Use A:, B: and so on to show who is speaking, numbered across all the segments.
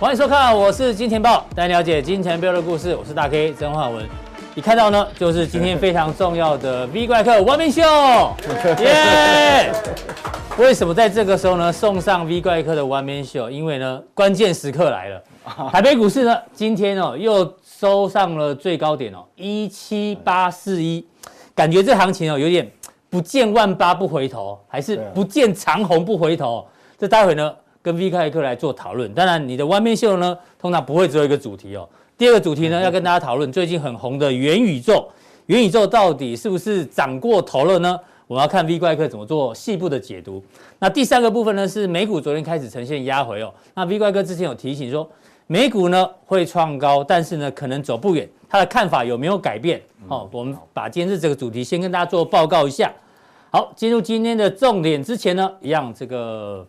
A: 欢迎收看，我是金钱豹，带您了解金钱豹的故事。我是大 K 曾焕文。一看到呢，就是今天非常重要的 V 怪客王明秀，耶！为什么在这个时候呢送上 V 怪客的 One Man Show？因为呢关键时刻来了，台北股市呢今天哦又收上了最高点哦一七八四一，感觉这行情哦有点不见万八不回头，还是
B: 对啊
A: 不见长虹不回头。这待会呢跟 V 怪客来做讨论。当然你的 One Man Show 呢通常不会只有一个主题哦，第二个主题
B: 嗯
A: 呢要跟大家讨论最近很红的元宇宙。元宇宙到底是不是涨过头了呢？我们要看 V 怪客怎么做细部的解读。那第三个部分呢，是美股昨天开始呈现压回哦。那 V 怪哥之前有提醒说，美股呢会创高，但是呢可能走不远。他的看法有没有改变？哦，我们把今天这个主题先跟大家做报告一下。好，进入今天的重点之前呢，一样这个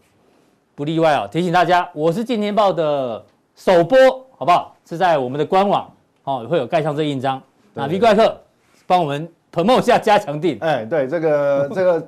A: 不例外哦，提醒大家，我是今天报的首播，好不好？是在我们的官网哦，会有盖上这印章。那 V
B: 对
A: 怪客帮我们 promote 一下加强 定。
B: 哎，对，这个这个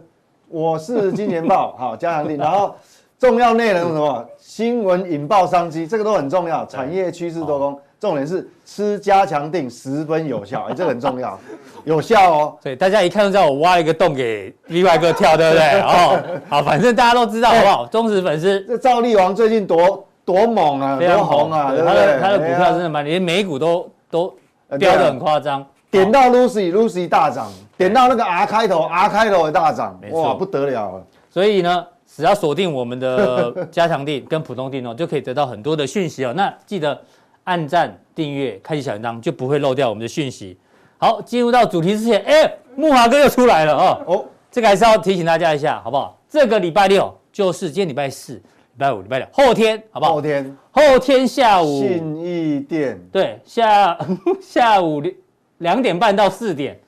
B: 我是金钱豹， 好加强力，然后重要内容是什么？新闻引爆商机，这个都很重要，产业趋势多空。
A: 哦
B: 重点是吃加强定十分 有效，哎，这个很重要，有效哦。
A: 所以大家一看就知道我挖了一个洞给 V 怪哥跳，对不 对？哦，好，反正大家都知
B: 哎
A: 道，好不好？忠实粉丝
B: 这赵丽王最近多多猛啊，
A: 非
B: 多
A: 常
B: 红啊，对
A: 对
B: 不
A: 他
B: 对？
A: 的他的股
B: 哎
A: 票
B: 呀
A: 真的蛮，连美股都都
B: 呃啊对啊
A: 飙得很夸张。哦
B: 点到 Lucy，Lucy 大涨，点到那个 R 开头，R 开头也大涨
A: 没，错
B: 哇，不得了啊了。
A: 所以呢，只要锁定我们的 加强定跟普通定哦，就可以得到很多的讯息哦。那记得按赞、订阅、开启小铃铛，就不会漏掉我们的讯息。好，进入到主题之前，哎，木华哥又出来了哦。
B: 哦，
A: 这个还是要提醒大家一下，好不好？这个礼拜六就是今天礼拜四、礼拜五、礼拜六，后天好不好
B: 后？天
A: 后天下午
B: 信义店
A: 对下 下午两两点半到四点，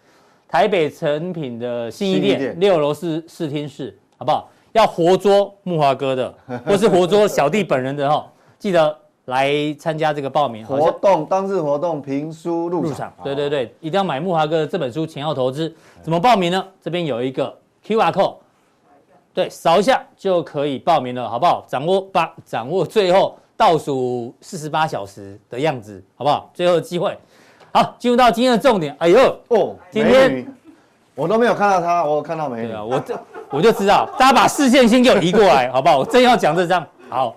A: 台北成品的新一
B: 信义
A: 店
B: 店
A: 六楼四四厅室，好不好？要活捉木华哥的，或是活捉小弟本人的哦，记得来参加这个报名。好
B: 活
A: 像
B: 动当日活动评书入
A: 入
B: 场
A: 场，，哦哎对对对，一定要买木华哥的这本书《前后投资》，怎么报名呢？这边有一个 Q R code，对，扫一下就可以报名了，好不好？掌握把掌握最后倒数四十八小时的样子，好不好？最后的机会。好，进入到今天的重点。哎呦，
B: 哦，
A: 今天
B: 美女我都没有看到她，我有看到美
A: 对
B: 女
A: 啊，。我这我就知道，大家把视线先给我移过来，好不好？我正要讲这张，好，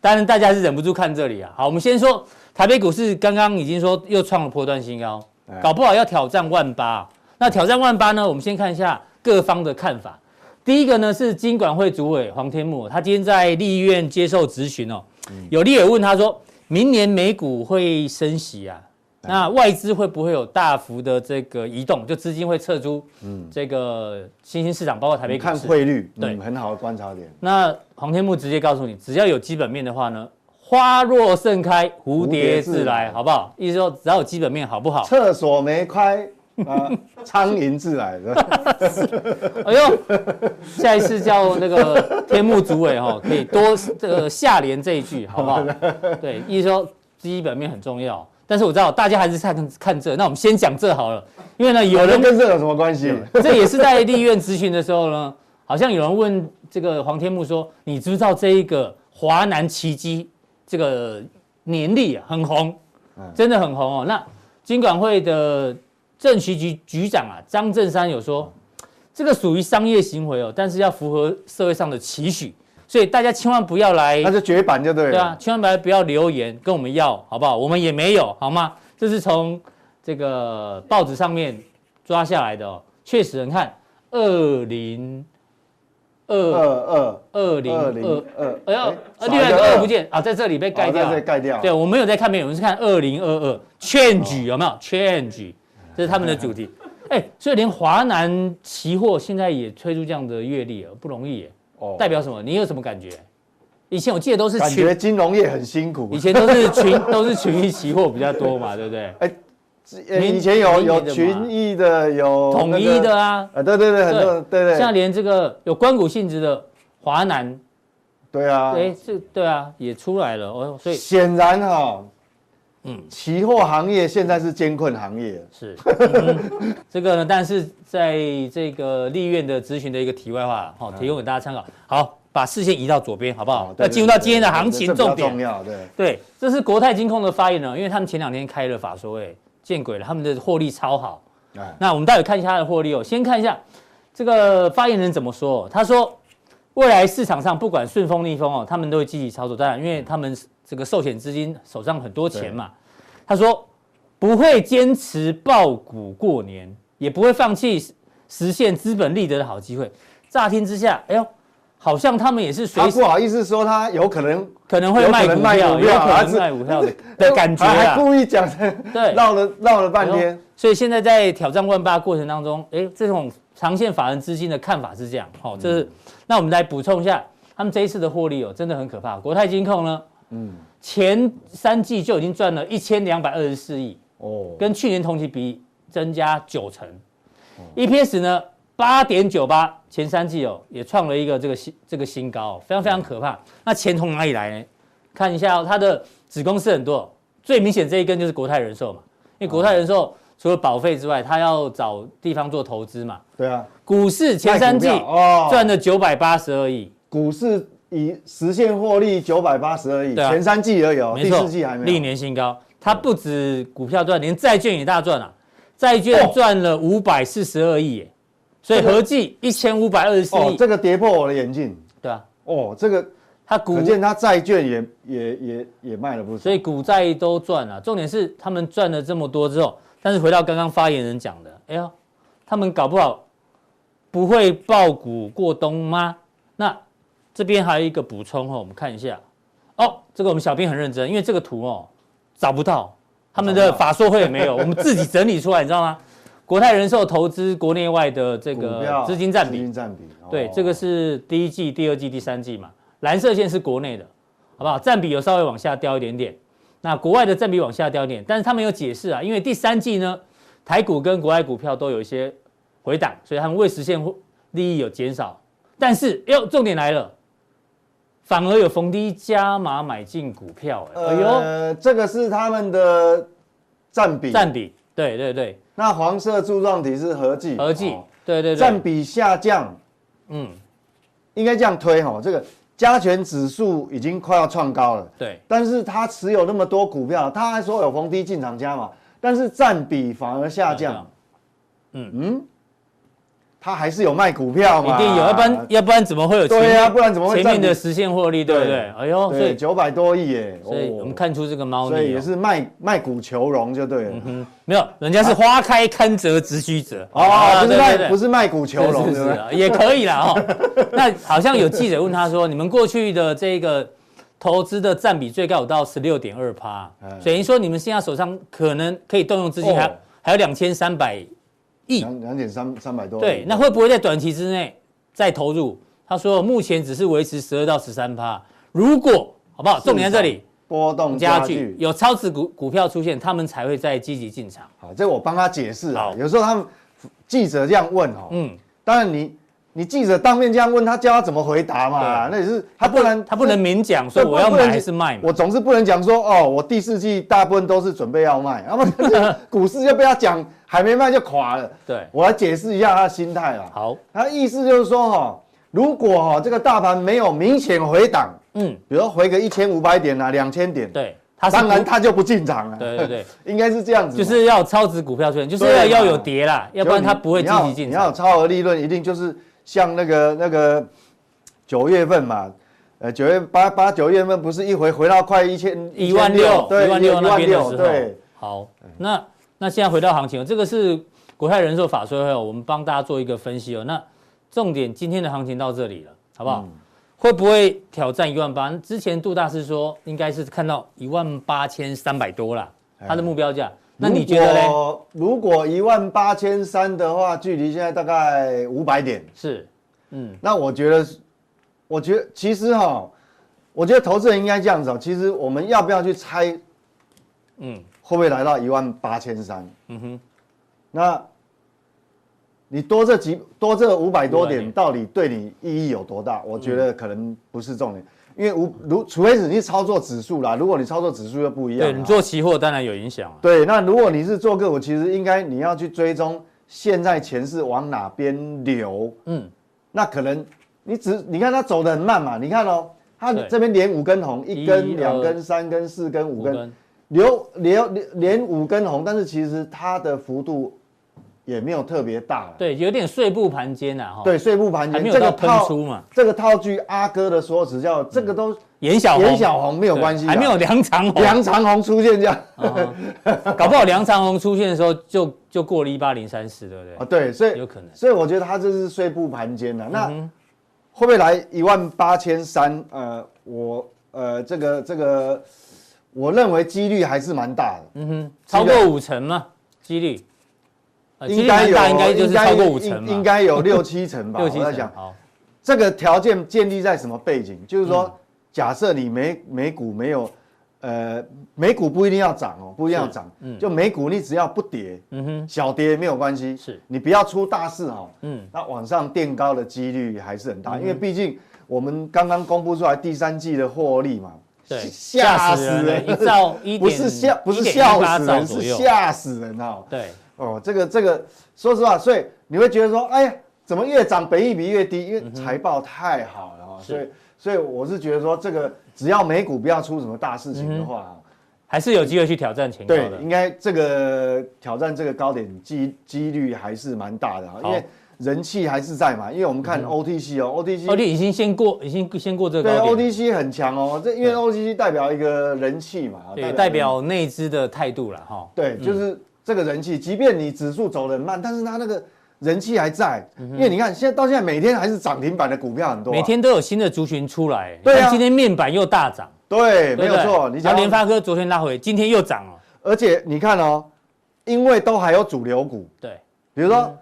A: 当然大家还是忍不住看这里啊。好，我们先说台北股市，刚刚已经说又创了波段新高，
B: 哎
A: 搞不好要挑战万八。那挑战万八呢？我们先看一下各方的看法。第一个呢是金管会主委黄天木，他今天在立院接受质询哦，
B: 嗯
A: 有立委问他说，明年美股会升息啊，
B: 哎
A: 那外资会不会有大幅的这个移动？就资金会撤出这个新兴市场，包括台北
B: 你
A: 股
B: 嗯看
A: 市。
B: 汇率，
A: 对
B: 嗯，很好的观察点。
A: 那黄天木直接告诉你，只要有基本面的话呢，花若盛开，蝴蝶自
B: 蝴蝶自
A: 来，
B: 来
A: 好不好？意思说只要有基本面，好不好？
B: 厕所没开， 啊，苍蝇自来的。
A: 哎呦，下一次叫那个天幕主委哈、哦，可以多这个下联这一句，好不好？对，意思说基本面很重要，但是我知道大家还是看看这，那我们先讲这好了，因为呢， 有
B: 有
A: 人
B: 人跟这有什么关系？
A: 这也是在立院咨询的时候呢，好像有人问这个黄天木说：“你知不知道这一个华南奇迹这个年历、啊、很红，真的很红哦？”那金管会的政企局局长啊张振山有说，这个属于商业行为哦，但是要符合社会上的期许，所以大家千万不要来
B: 那就绝版就对
A: 对啊
B: 了。，
A: 千万不要不要留言跟我们要，好不好？我们也没有，好吗？这是从这个报纸上面抓下来的哦。确实，你看，二零
B: 二
A: 二
B: 二
A: 二零
B: 二
A: 二
B: 零，二，
A: 哎呦
B: 哎，
A: 呃另外一个二不，见啊，在这里被
B: 少
A: 盖
B: 一个
A: 掉
B: 哦在
A: 了
B: 这。盖掉。哦
A: 对，我没有在看美，我们是看二零二二 change 有没有 change，这是他们的主题。 哎，所以连华南期货现在也推出这样的月历了，不容易耶。
B: 哦
A: 代表什么？你有什么感觉？以前我记得都是
B: 感
A: 群
B: 觉金融业很辛苦
A: 以。前都是群 都是群益期货比较多嘛，对不对？
B: 呃
A: 民
B: 以前有
A: 民
B: 有
A: 营的嘛
B: 群益的，有
A: 统
B: 那
A: 一
B: 个，
A: 的啊，
B: 啊，对对对，很多对
A: 像
B: 对
A: 连这个有关谷性质的华南，
B: 对啊。
A: 哎，这对啊也出来了哦，所以
B: 显然哈，
A: 嗯
B: 嗯，期货行业现在是艰困行业。
A: 是、嗯这个呢，但是在这个立院的咨询的一个题外话，好、提供给大家参考。好，把视线移到左边，好不好？
B: 啊对
A: 那
B: 对
A: 进入到
B: 对
A: 今天的
B: 对
A: 行
B: 这
A: 情
B: 比较
A: 重点
B: 重。要对，
A: 对，这是国泰金控的发言人，因为他们前两天开了法说会，见鬼了，他们的获利超好。
B: 哎，
A: 那我们待会看一下他的获利哦，先看一下这个发言人怎么说、哦。他说，未来市场上不管顺风逆风哦，他们都会积极操作，当然，因为他们这个寿险资金手上很多钱嘛。他说不会坚持爆股过年，也不会放弃实实现资本利得的好机会。乍听之下，哎呦，好像他们也是随
B: 他
A: 时
B: 不好意思说他有可能
A: 可能会卖股票，有
B: 有可能卖股票
A: 可
B: 啊
A: 能
B: 这
A: 卖股票的的感觉
B: 还
A: 啊
B: 还。故意讲，
A: 对，
B: 绕了绕了半
A: 哎
B: 天
A: 呦。所以现在在挑战万八过程当中，哎，这种长线法人资金的看法是这样，好、
B: 嗯
A: 这是、那我们来补充一下，他们这一次的获利哦，真的很可怕。国泰金控呢，
B: 嗯，
A: 前三季就已经赚了一千两百二十四亿，
B: 哦，
A: 跟去年同期比增加九成、e p s 呢八点九八，前三季哦也创了一个这个新这个新高、哦，非常非常可怕。那钱从哪里来呢？看一下、哦、它的子公司很多哦，最明显这一根就是国泰人寿嘛，因为国
B: 哦
A: 泰人寿除了保费之外，它要找地方做投资嘛。
B: 对啊，
A: 股市前三季
B: 卖股票哦
A: 赚了九百八十二亿，
B: 股市以实现获利九百八十二亿，
A: 对啊
B: 前三季而已哦，
A: 没
B: 第
A: 错
B: 四季还，没
A: 历
B: 有。
A: 年新高。它不止股票赚，连债券也大赚啊！债券赚了五百四十二亿耶，所以合计一千五百二十四
B: 哦
A: 亿，，
B: 这个跌破我的眼镜。
A: 对啊，
B: 哦，这个
A: 它股
B: 可见他债券也也也也卖了不少。
A: 所以股债都赚了、重点是他们赚了这么多之后，但是回到刚刚发言人讲的，哎呀，他们搞不好不会爆股过冬吗？那这边还有一个补充哦，我们看一下哦，这个我们小编很认真，因为这个图哦找不到，他们的
B: 找不到
A: 法说会也没有，我们自己整理出来，你知道吗？国泰人寿投资国内外的这
B: 股
A: 个
B: 票
A: 呃资金占比
B: 资，金占比，哦
A: 对，这个是第一季、第二季、第三季嘛。蓝色线是国内的，好不好？占比有稍微往下掉一点点。那国外的占比往下掉一点，但是他们有解释啊，因为第三季呢，台股跟国外股票都有一些回档，所以他们未实现利益有减少。但是，哟，重点来了，反而有逢低加码买进股票、哎哎呦，
B: 呃，这个是他们的占比，
A: 占比，对对对，
B: 那黄色柱状体是合计，
A: 合计
B: 哦，
A: 对对
B: 占
A: 对，
B: 比下降，
A: 嗯，
B: 应该这样推哈，这个加权指数已经快要创高了。
A: 对，
B: 但是他持有那么多股票，他还说有逢低进场加码，但是占比反而下降。
A: 嗯
B: 嗯，他还是有卖股票
A: 一
B: 嘛？
A: 定有，要不然要不然怎么会有前
B: 对
A: 面
B: 啊，不然怎么会
A: 前
B: 占
A: 面
B: 比
A: 的实现获利，对不对？哎呦，所
B: 对
A: 以
B: 九百多亿耶？
A: 所以
B: 哦
A: 我们，看出这个猫腻、
B: 所以也
A: 哦，
B: 是卖卖股求荣就对了。
A: 嗯，没有，人家是花开堪折直须折啊
B: 哦，不是卖不
A: 是
B: 是卖股求荣，
A: 是
B: 对
A: 是
B: 不对？
A: 啊，也可以啦哦。 那好像有记者问他说，你们过去的这个投资的占比最高有到十六点二趴，
B: 嗯
A: 等于说你们现在手上可能可以动用资金还、
B: 哦
A: 还有两千三百亿，
B: 两两点三三百多亿。
A: 对，那会不会在短期之内再投入？他说目前只是维持十二到十三趴，如果好不好？重点在这里。
B: 波动
A: 家
B: 加
A: 具
B: 剧。
A: 有超值股股票出现，他们才会再积极进场。
B: 好，这我帮他解释啊
A: 好。
B: 有时候他们记者这样问哦，
A: 嗯，
B: 当然你你记者当面这样问他，教他怎么回答嘛？
A: 对啊
B: 那也是他不能
A: 他不能明讲说
B: 对不
A: 我要
B: 不能
A: 买还是卖嘛。
B: 我总是不能讲说哦，我第四季大部分都是准备要卖，要不 然这股市就被他讲还没卖就垮了。
A: 对，
B: 我来解释一下他的心态啦。
A: 好，
B: 他的意思就是说哈、哦，如果哈、哦、这个大盘没有明显回档，
A: 嗯，
B: 比如说回个一千五百点啊、两千点，
A: 对，他是
B: 当然
A: 不
B: 他就不进场了。
A: 对对对，
B: 应该是这样子嘛，
A: 就是要有超值股票出现，就是要
B: 对嘛
A: 要有跌啦，要不然他不会积极进
B: 你要有
A: 场。
B: 超额利润，一定就是像那个那个九月份嘛，呃，九月八八九月份不是一回回到快一千
A: 一万六，
B: 对，
A: 一万六那边的时候
B: 对，，
A: 好，那那现在回到行情，这个是国泰人寿法说会哦，我们帮大家做一个分析哦。那重点今天的行情到这里了，好不好？
B: 嗯
A: 会不会挑战一万八？之前杜大师说应该是看到一万八千三百多啦，他的目标价。那你觉得
B: 哎如
A: 呢？
B: 果？如果一万八千三的话，距离现在大概五百点，
A: 是，嗯，
B: 那我觉得，我觉得其实哈、我觉得投资人应该这样子哦。其实我们要不要去猜，嗯
A: 嗯，
B: 会不会来到一万八千三？
A: 嗯哼，
B: 那你多这几多这五百多
A: 500
B: 点，
A: 点嗯
B: 到底对你意义有多大？我觉得可能不是重点，因为无如除非是你操作指数啦，如果你操作指数又不一样啊
A: 对
B: 啦。
A: 你做期货当然有影响啊。
B: 对，那如果你是做个股，其实应该你要去追踪现在钱是往哪边流，
A: 嗯，
B: 那可能你只你看它走得很慢嘛，你看哦，它
A: 对
B: 这边连五根红，一
A: 一
B: 根、两
A: 二
B: 根、三根、四根、五
A: 五
B: 根，
A: 根，
B: 留留连五根红，但是其实它的幅度也没有特别大啦
A: 对，有点碎步盘间呐，哈，，
B: 对，碎步盘
A: 还
B: 间
A: 没
B: 这
A: 有
B: 个
A: 到喷
B: 套
A: 出嘛，嗯
B: 这个套句阿哥的说辞叫这个都
A: 眼小
B: 眼
A: 红
B: 小红没有
A: 对
B: 关系啦，
A: 还没有梁长红，
B: 梁长虹出现这样
A: 啊搞不好梁长虹出现的时候就就过了一八零三四，对不对？
B: 啊，对，所以
A: 有可能。嗯
B: 所以我觉得他这是碎步盘间的。那会不会来一万八千三？呃，我呃这个这个，我认为几率还是蛮大的，
A: 嗯哼，
B: 这
A: 超
B: 个
A: 过五成嘛，几率，呃几率蛮大，
B: 有
A: 应该就是超过五成
B: 应
A: 嘛，
B: 应该有六七成 吧。
A: 六七
B: 我在
A: 成
B: 想。
A: 好，
B: 这个条件建立在什么背景？就是说，
A: 嗯
B: 假设你美美股没有，呃，美股不一定要涨哦，不一定要涨，就美股你只要不跌，
A: 嗯哼，
B: 小跌没有关系，
A: 是
B: 你不要出大事哈、
A: 嗯
B: 嗯，那往上垫高的几率还是很大，因为毕竟我们刚刚公布出来第三季的获利嘛，
A: 对，
B: 吓死
A: 人了，
B: 人，
A: 一兆一
B: 不是吓，不是笑死人，是吓死人哈、
A: 对，
B: 哦，这个这个，说实话，所以你会觉得说，哎呀，怎么越涨本益比越低？因为财报太好了哦，
A: 嗯是
B: 所以所以我是觉得说，这个只要美股不要出什么大事情的话，
A: 嗯
B: 啊
A: 还是有机会去挑战前高
B: 对
A: 的，。
B: 应该这个挑战这个高点机几率还是蛮大的啊，
A: 好嗯
B: 因为人气还是在嘛。因为我们看 OTC 哦
A: 哦，
B: ，OTC
A: 你已经先过，已经先过这
B: 对
A: 个高点，
B: OTC 很强哦，这因为 OTC 代表一个人气嘛，哦
A: 对，代表内资的态度了哈。
B: 对，就是这个人气，即便你指数走得很慢，但是它那个人气还在，因为你看现在到现在每天还是涨停板的股票很多啊、
A: 嗯每天都有新的族群出来，
B: 对啊
A: 你看今天面板又大涨，
B: 对，
A: 对
B: 没
A: 不
B: 有
A: 对
B: 错，你
A: 然
B: 讲
A: 后联，发科昨天拉回，今天又涨哦了，
B: 而且你看哦，因为都还有主流股，
A: 对，
B: 比如说。
A: 嗯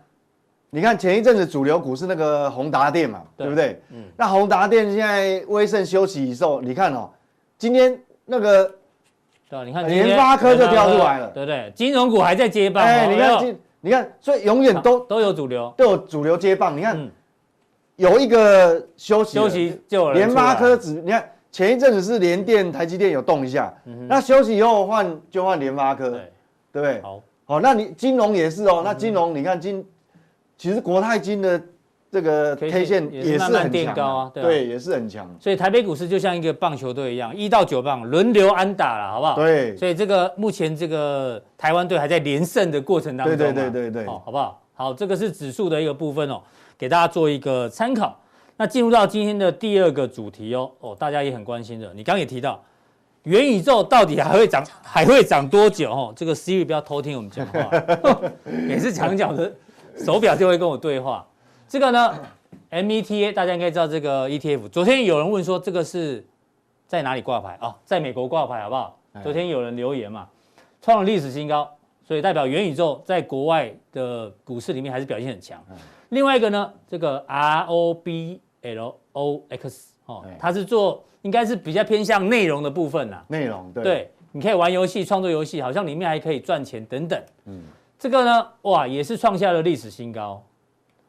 B: 你看前一阵子主流股是那个宏达电嘛，
A: 对嗯
B: 对不对？那宏达电现在威盛休息以后，你看哦，今天那个
A: 对吧，你看
B: 联发科就跳出来了
A: 对不对？金融股还在接棒哦，
B: 哎，你
A: 有
B: 看
A: 没有
B: 今，你看，所以永远都
A: 都有主流，
B: 都有主流接棒。你看
A: 嗯，
B: 有一个休息了
A: 休息就有人
B: 联发
A: 出来
B: 科指，你看前一阵子是联电、台积电有动一下，那休息以后换就换联发科，
A: 嗯对，
B: 对不对？
A: 好，嗯
B: 好、那你金融也是哦，那金融你看金，其实国泰金的这个
A: K
B: K
A: 线
B: 线
A: 也
B: 也
A: 是
B: 是
A: 慢慢
B: 很
A: 垫
B: 强
A: 高啊对啊
B: 对，也是很强，
A: 所以台北股市就像一个棒球队一样，一到九棒轮流安打了，好不好？。
B: 对，
A: 所以这个目前这个台湾队还在连胜的过程当中、啊，
B: 对对对对对
A: 哦，好不好？好，这个是指数的一个部分哦，给大家做一个参考。那进入到今天的第二个主题哦，哦，大家也很关心的，你刚刚也提到，元宇宙到底还会涨， 还会涨多久？哦，这个 Siri 不要偷听我们讲话， 每次讲一讲我的手表就会跟我对话。这个呢，META 大家应该知道这个 ETF，昨天有人问说这个是在哪里挂牌哦，在美国挂牌好不好？
B: 哎
A: 昨天有人留言嘛，创了历史新高，所以代表元宇宙在国外的股市里面还是表现很强。
B: 嗯
A: 另外一个呢，这个 ROBLOX 哦
B: 哎，
A: 它是做应该是比较偏向内容的部分啦。
B: 内容对
A: 对，你可以玩游戏、创作游戏，好像里面还可以赚钱等等。嗯，这个呢，哇，也是创下了历史新高，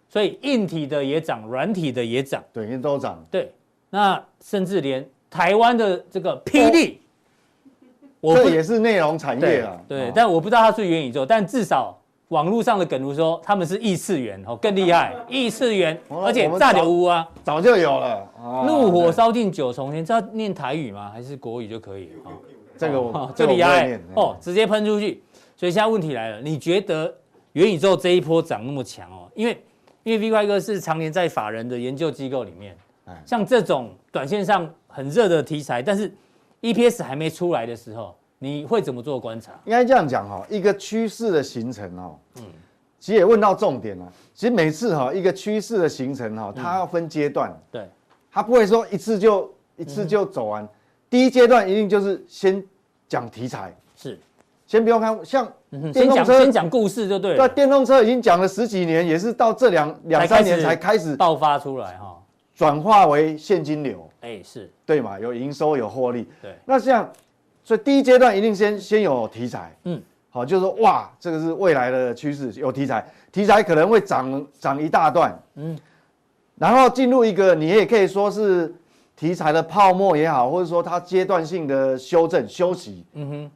A: 所以硬体的也涨，软体的也涨。
B: 对，因为都涨，
A: 对，那甚至连台湾的这个霹雳，我不
B: 哦这也是内容产业啊，
A: 对，
B: 哦
A: 但我不知道它是元宇宙，但至少网络上的梗如说他们是异次元哦，更厉害，异次元，
B: 哦
A: 而且
B: 我们
A: 炸
B: 早
A: 流屋啊，
B: 早就有了，哦
A: 怒火
B: 对
A: 烧尽九重天，这要念台语吗？还是国语就可以？哦
B: 这个
A: 哦
B: 我
A: 这
B: 这个
A: 厉
B: 我不会
A: 害
B: 念嗯
A: 哦，，直接喷出去。所以现在问题来了，你觉得元宇宙这一波涨那么强哦？因为因为 V 怪哥是常年在法人的研究机构里面
B: 哎，
A: 像这种短线上很热的题材，但是 EPS 还没出来的时候，你会怎么做观察？
B: 应该这样讲哈，一个趋势的形成哈，嗯，其实也问到重点了。其实每次哈一个趋势的形
A: 嗯
B: 成哈，它要分阶段，
A: 对，
B: 它不会说一次就一次就走完。
A: 嗯
B: 第一阶段一定就是先讲题材，
A: 是，
B: 先不用看，像
A: 嗯哼
B: 电
A: 先
B: 动
A: 讲
B: 车
A: 先讲故事就对
B: 对啊
A: 了，
B: 电动车已经讲了十几年，也是到这两两三年才开始
A: 爆发出来哈。
B: 转化为现金流，
A: 哎，是
B: 对嘛？有营收，有获利。
A: 对，
B: 那像，所以第一阶段一定先先有题材，
A: 嗯
B: 嗯，好，就是说哇，这个是未来的趋势，有题材，题材可能会涨涨一大段，嗯，然后进入一个你也可以说是题材的泡沫也好，或者说它阶段性的修正休息，嗯哼，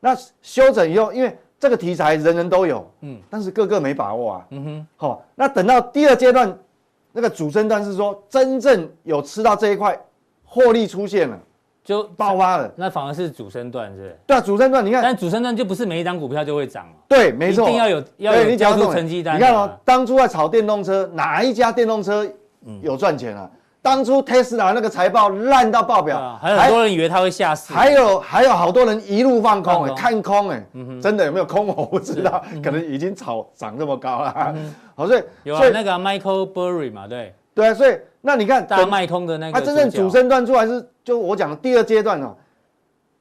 B: 那修整以后，因为这个题材人人都有，嗯，但是个个没把握啊，嗯哼，好，那等到第二阶段那个主升段是说真正有吃到这一块，获利出现了，
A: 就
B: 爆发了。
A: 那反而是主升段，是不是？
B: 对啊，主升段你看，
A: 但主升段就不是每一档股票就会涨嘛，
B: 对，没错，
A: 一定要有要
B: 对
A: 有
B: 你
A: 交
B: 讲到
A: 出
B: 重点
A: 成绩单啊。
B: 你看哦，当初在炒电动车，哪一家电动车
A: 嗯
B: 有赚钱啊？当初 Tesla 那个财报烂到爆
A: 对
B: 表，
A: 啊，还有很多人以为它会下市，
B: 还有还有好多人一路放空
A: 放
B: 哎、
A: 空嗯
B: 看空哎、真的有没有空我不知道，可能已经炒涨这么高了。啊好，所以
A: 有啊
B: 所以、
A: 那个啊 Michael Burry 嘛，对，
B: 对啊，所以那你看，
A: 大
B: 等
A: 卖空的那个
B: 它
A: 角，
B: 啊真正主升段出来是就我讲的第二阶段哦，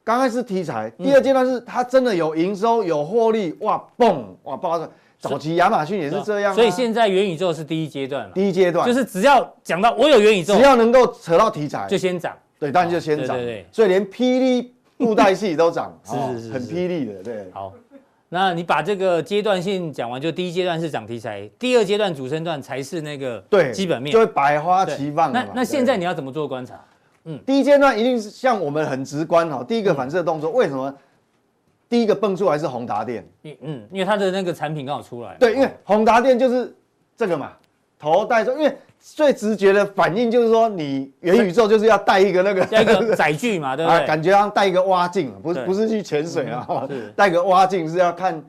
B: 刚开始题材，
A: 嗯
B: 第二阶段是它真的有营收有获利，哇嘣哇爆炸！早期亚马逊也
A: 也
B: 是这样啊、
A: 所以现在元宇宙是第一阶段嘛，
B: 第一阶段
A: 就是只要讲到我有元宇宙
B: 只，要能够扯到题材
A: 就，先涨。
B: 对，当然就先涨。
A: 对对对
B: 所以连霹雳布袋戏都涨，
A: 是
B: 哦
A: 是是
B: 很
A: 是
B: 霹雳的，对。
A: 好，那你把这个阶段性讲完，就第一阶段是涨题材，第二阶段主升段才是那个
B: 对，
A: 基本面
B: 就会百花齐放了
A: 那
B: 嘛。
A: 那
B: 对
A: 现在你要怎么做观察？
B: 第一阶段一定是像我们很直观哈，第一个反射
A: 嗯
B: 动作，为什么第一个蹦出来是宏达电？
A: 因嗯，因为它的那个产品刚好出来嘛，
B: 对，因为宏达电就是这个嘛，头戴着，因为最直觉的反应就是说，你元宇宙就是要带一个那个
A: 加一个载具嘛，对不
B: 啊，
A: 对？
B: 感觉像带一个蛙镜，啊不是
A: 对嗯
B: 不是去潜水啊，哈
A: 是
B: 带个蛙镜是要看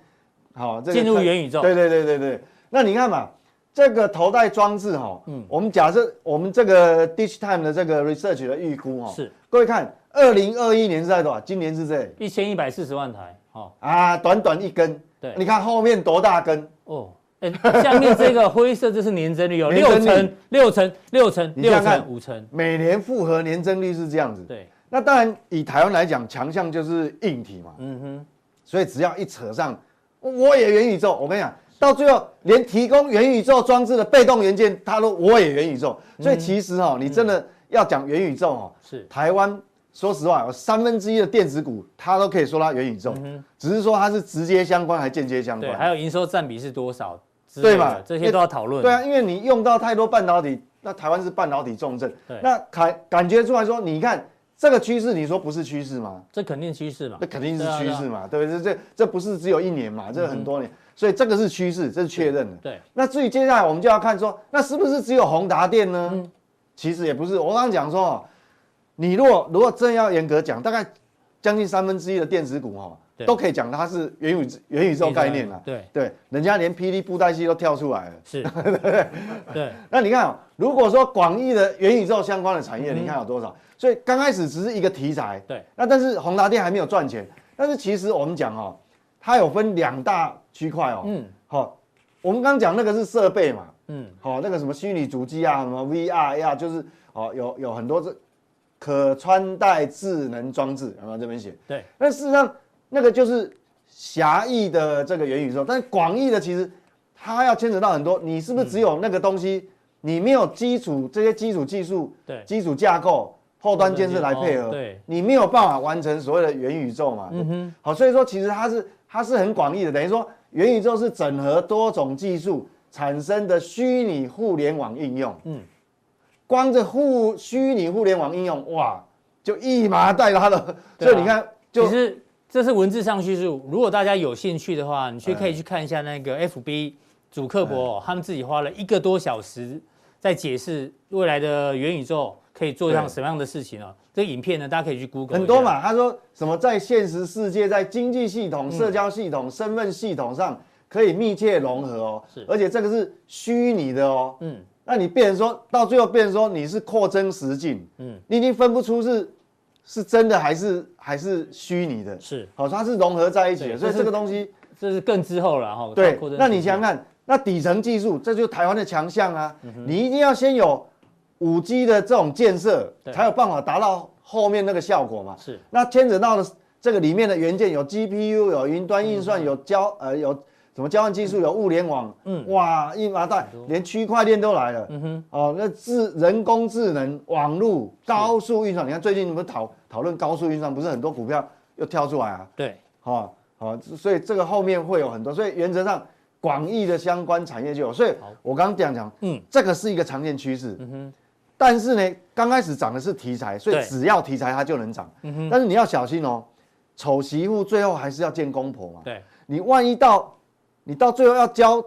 B: 好这个
A: 进入元宇宙
B: 对对对对对，那你看嘛，这个头戴装置哈，嗯，我们假设我们这个 Digitime 的这个 research 的预估哈，
A: 是
B: 各位看，二零二一年是在多少？今年是这里
A: 一千一百四十万台，哦
B: 啊，短短一根，
A: 对
B: 你看后面多大根？
A: 哦，哎，下面这个灰色这是年增率哦，
B: 年
A: 六
B: 增率
A: 成六成六成
B: 你
A: 六
B: 想想
A: 成
B: 看
A: 五成，
B: 每年复合年增率是这样子，
A: 对，
B: 那当然以台湾来讲，强项就是硬体嘛，
A: 嗯哼，
B: 所以只要一扯上，我也元宇宙，我跟你讲，到最后连提供元宇宙装置的被动元件，他都我也元宇宙。
A: 嗯
B: 所以其实哦，你真的要讲元宇宙哦，
A: 是
B: 台湾说实话，有三分之一的电子股，它都可以说它元宇
A: 嗯
B: 宙，只是说它是直接相关还间接相
A: 对，还
B: 关，
A: 有营收占比是多少之
B: 对
A: 类的
B: 嘛
A: 这些都要讨论。
B: 对啊，，因为你用到太多半导体，那台湾是半导体重镇
A: 对，
B: 那感感觉出来说，你看这个趋势，你说不是趋势吗？
A: 这肯定趋势嘛
B: 那。肯定是
A: 对啊
B: 趋
A: 对啊嗯
B: 势嘛，对不对？这这这不是只有一年嘛，这很多年，所以这个是趋势，这是确认的。
A: 对，
B: 那至于接下来我们就要看说，那是不是只有宏达电呢？
A: 嗯
B: 其实也不是，我刚刚讲说哦，你如果如果真要严格讲，大概将近三分之一的电子股哦
A: 对，啊
B: 都可以讲它是元宇元宇宙概念啊了。
A: 对，
B: 对，人家连霹雳布袋戏都跳出来了。
A: 是，对，
B: 那你看、哦，如果说广义的元宇宙相关的产业，你看有多少？所以刚开始只是一个题材，
A: 嗯对。
B: 那但是宏达电还没有赚钱，但是其实我们讲哦，它有分两大区块哦。
A: 嗯
B: 好、我们刚讲那个是设备嘛，
A: 嗯，
B: 好、那个什么虚拟主机啊，什么 VR 呀、就是哦有有很多这可穿戴智能装置，有没有这边写？
A: 对，
B: 那事实上，那个就是狭义的这个元宇宙，但广义的其实它要牵扯到很多。你是不是只有那个东西，你没有基础这些基础技术、
A: 对，
B: 基础架构、后端建设来配
A: 哦
B: 合，
A: 对
B: 你没有办法完成所谓的元宇宙嘛？
A: 嗯哼，
B: 好，所以说其实它是它是很广义的，等于说元宇宙是整合多种技术产生的虚拟互联网应用。
A: 嗯
B: 嗯，光这互虚拟互联网应用，哇，就一麻袋拉的，
A: 对啊
B: 所以你看就
A: 其实这是文字上叙述。如果大家有兴趣的话，你去
B: 哎
A: 可以去看一下那个 FB 主克伯、他们自己花了一个多小时在解释未来的元宇宙可以做上
B: 对
A: 什么样的事情哦。这个影片呢，大家可以去 Google
B: 很多，嘛，他说什么在现实世界，在经济系
A: 嗯
B: 统、社交系统、身份系统上可以密切融合哦，
A: 是
B: 而且这个是虚拟的哦，
A: 嗯，
B: 那你变成说到最后变成说你是扩增实境，
A: 嗯
B: 嗯，你已经分不出是是真的还是还是虚拟的，
A: 是，
B: 好，它是融合在一起
A: 对
B: 的，所以
A: 这是
B: 这个东西
A: 这是更之后了哈。
B: 对
A: 扩增，
B: 那你
A: 实
B: 想想看，那底层技术，这就是台湾的强项啊！你一定要先有五 G 的这种建设，
A: 对
B: 才有办法达到后面那个效果嘛。
A: 是，
B: 那牵扯到的这个里面的元件有 GPU，有云端运算，有交呃有什么交换技术，有物联网，嗯，哇，一麻袋，连区块链都来了，嗯哼，哦，那智人工智能、网络、高速运算，你看最近你们讨讨论高速运算，不是很多股票又跳出来啊？
A: 对，
B: 好、哦、好、所以这个后面会有很多，所以原则上广义的相关产业就有。所以我刚刚讲讲，
A: 嗯
B: 嗯，这个是一个常见趋势。嗯哼。但是呢，刚开始涨的是题材，所以
A: 对
B: 只要题材它就能涨。嗯哼。但是你要小心哦，丑媳妇最后还是要见公婆嘛。
A: 对，
B: 你万嗯一到你到最后要交